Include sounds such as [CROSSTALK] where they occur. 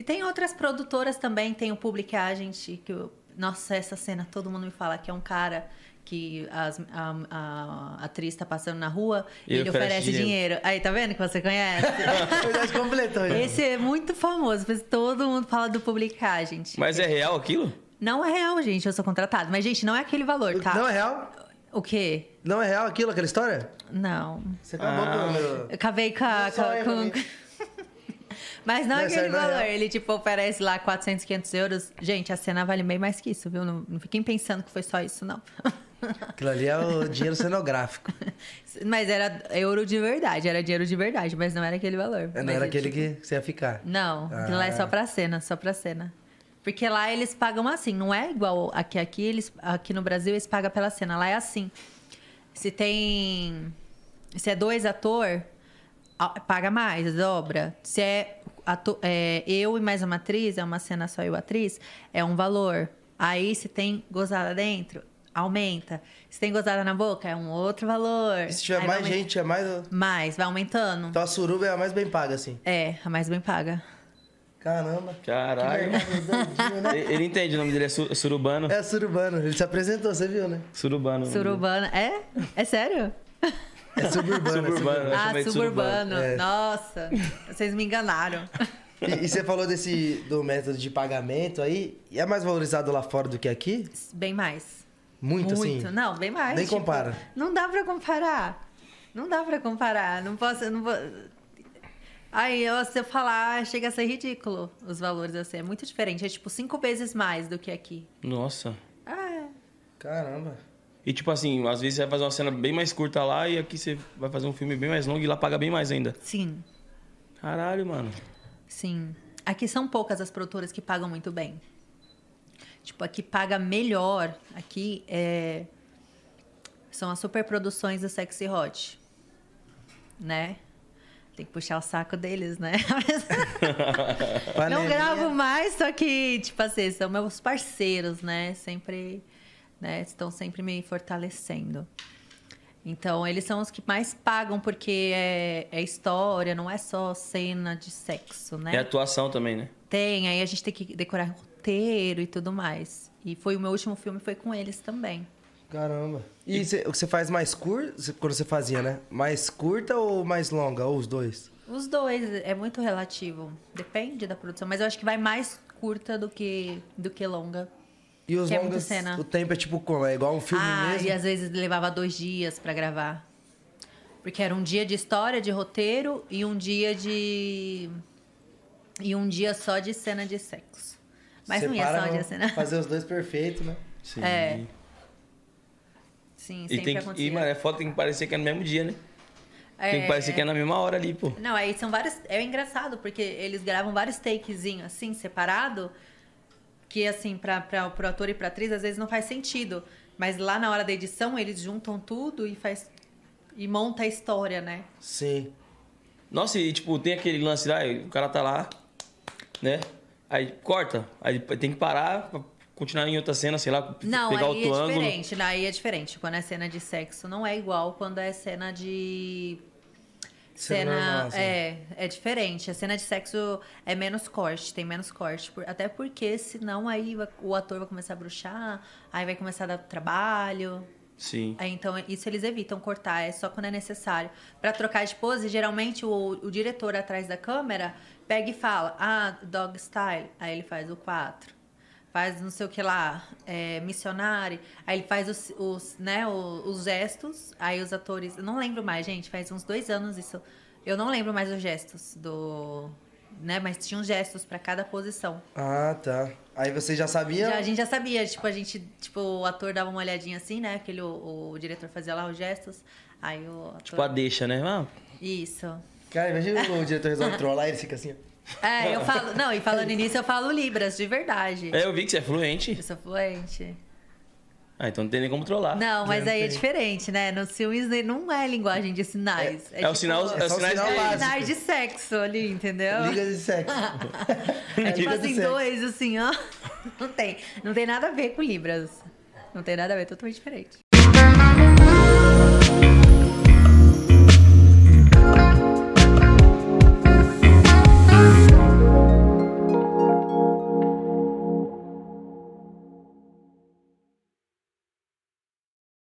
E tem outras produtoras também, tem o Public Agent, que eu- nossa, essa cena todo mundo me fala que é um cara que as- a, a atriz tá passando na rua e E ele oferece, oferece dinheiro. dinheiro. Aí, tá vendo que você conhece? Verdade completa hoje. Esse é muito famoso, mas todo mundo fala do Public Agent. Mas é real aquilo? Não é real, gente, eu sou contratada. Mas, gente, não é aquele valor, tá? Não é real? O quê? Não é real aquilo, aquela história? Não. Você acabou Ah. com Eu cavei com. a- Não sai, com- não. com- [LAUGHS] Mas não, Não, é isso aí aquele não é valor. real. Ele, tipo, oferece lá 400, 500 euros. Gente, a cena vale bem mais que isso, viu? Não, não fiquem pensando que foi só isso, não. [LAUGHS] Aquilo ali é o dinheiro cenográfico. mas era euro de verdade, era dinheiro de verdade, mas não era aquele valor. Não Mas era é, aquele tipo, que você ia ficar. Não, aquilo lá é só Ah. pra cena, só pra cena. Porque lá eles pagam assim, não é igual aqui. Aqui, eles, aqui no Brasil eles pagam pela cena. Lá é assim. Se tem. Se é dois ator, a- paga mais, dobra. Se é, ato- é, eu e mais uma atriz, é uma cena só eu e a atriz, é um valor. Aí se tem gozada dentro, aumenta. Se tem gozada na boca, é um outro valor. E se tiver Aí vai mais aumentando. gente, é mais. Mais, vai aumentando. Então a suruba é a mais bem paga, assim. É, a mais bem paga. Caramba. né? Caralho. Ele ele entende, o nome dele é Su- Surubano. É surubano. Ele se apresentou, você viu, né? Surubano. o nome dele. Suburbana. É? É sério? É suburbano. é Suburbano. Eu ah, chamei de suburbano. suburbano. É. Nossa, vocês me enganaram. E, e você falou desse do método de pagamento aí. E é mais valorizado lá fora do que aqui? Bem mais. Muito, assim. Não, bem mais. tipo, Nem compara. Não dá pra comparar. Não dá pra comparar. Não posso... eu Não vou... Aí, eu- se eu falar, chega a ser ridículo os valores assim. É muito diferente. É tipo cinco vezes mais do que aqui. Nossa. Ah, Caramba. E tipo assim, às vezes você vai fazer uma cena bem mais curta lá e aqui você vai fazer um filme bem mais longo e lá paga bem mais ainda. sim. Caralho, mano. Sim. Aqui são poucas as produtoras que pagam muito bem. Tipo, aqui paga melhor. Aqui é... são as superproduções do Sexy Hot. Né? Tem que puxar o saco deles, né? [LAUGHS] Não Panelinha. gravo mais, só que, tipo assim, são meus parceiros, né? Sempre, né? Estão sempre me fortalecendo. Então, eles são os que mais pagam, porque é, é história, não é só cena de sexo, né? É atuação também, né? Tem, aí a gente tem que decorar roteiro e tudo mais. E foi o meu último filme, foi com eles também. Caramba. E você- o que você faz mais curta, quando você fazia, né? Mais curta ou mais longa? Ou os dois? Os dois, é muito relativo. Depende da produção, mas eu acho que vai mais curta do que, do que longa. E os Que é muita longas, cena. o tempo é tipo como? É igual um filme ah, mesmo? e às vezes levava dois dias pra gravar. Porque era um dia de história, de roteiro, e um dia de. E um dia só de cena de sexo. Mas não ia Separa é só um pra de cena. [LAUGHS] Fazer os dois perfeito, né? Sim. É, [LAUGHS] Sim, E, sempre tem que, acontecia. e, mano, é foto tem que parecer que é no mesmo dia, né? Tem É. que parecer que é na mesma hora ali, pô. Não, aí são vários. É engraçado, porque eles gravam vários takezinhos assim, separado. Que, assim, pra, pra, pro ator e pra atriz, às vezes não faz sentido. Mas lá na hora da edição, eles juntam tudo e faz. E monta a história, né? Sim. Nossa, e tipo, tem aquele lance lá, e o cara tá lá, né? Aí corta. Aí tem que parar pra continuar em outra cena, sei lá, Não, pegar aí outro é ângulo. diferente. né? Aí é diferente. Quando é cena de sexo, não é igual quando é cena de. Cena normal, Cena. assim. É, é diferente. A cena de sexo é menos corte, tem menos corte. por- até porque senão aí va- o ator vai começar a bruxar, aí vai começar a dar trabalho. Sim. Aí, então, isso eles evitam cortar, é só quando é necessário. Pra trocar de pose, geralmente o, o diretor atrás da câmera pega e fala: Ah, dog style. Aí ele faz o 4. Faz não sei o que lá, é, missionário. Aí ele faz os, os, né, o- os gestos. Aí os atores. Eu não lembro mais, gente, faz uns dois anos isso. Eu não lembro mais os gestos do. Né, mas tinham gestos pra cada posição. Ah, tá. Aí você já sabia? Já- a gente já sabia, tipo, a gente, tipo, o ator dava uma olhadinha assim, né? Aquele, o, o diretor fazia lá os gestos. Aí o ator... Tipo, a deixa, né? Ah, Isso. Cara, imagina o diretor resolve trollar e ele fica assim, ó. É, eu falo. Não, e [LAUGHS] falando nisso, eu falo Libras, de verdade. é, eu vi que você é fluente. Eu sou fluente. Ah, então não tem nem como trollar. Não, mas aí é tem. diferente, né? Nos filmes né, não é linguagem de sinais. tipo, É, o sinal, é, é o só o sinais sinal dele. básico. sinais de sexo ali, entendeu? Liga de [LAUGHS] sexo. É Liga tipo do assim, [LAUGHS] sexo. dois, assim, ó. Não tem. Não tem nada a ver com Libras. Não tem nada a ver, totalmente diferente.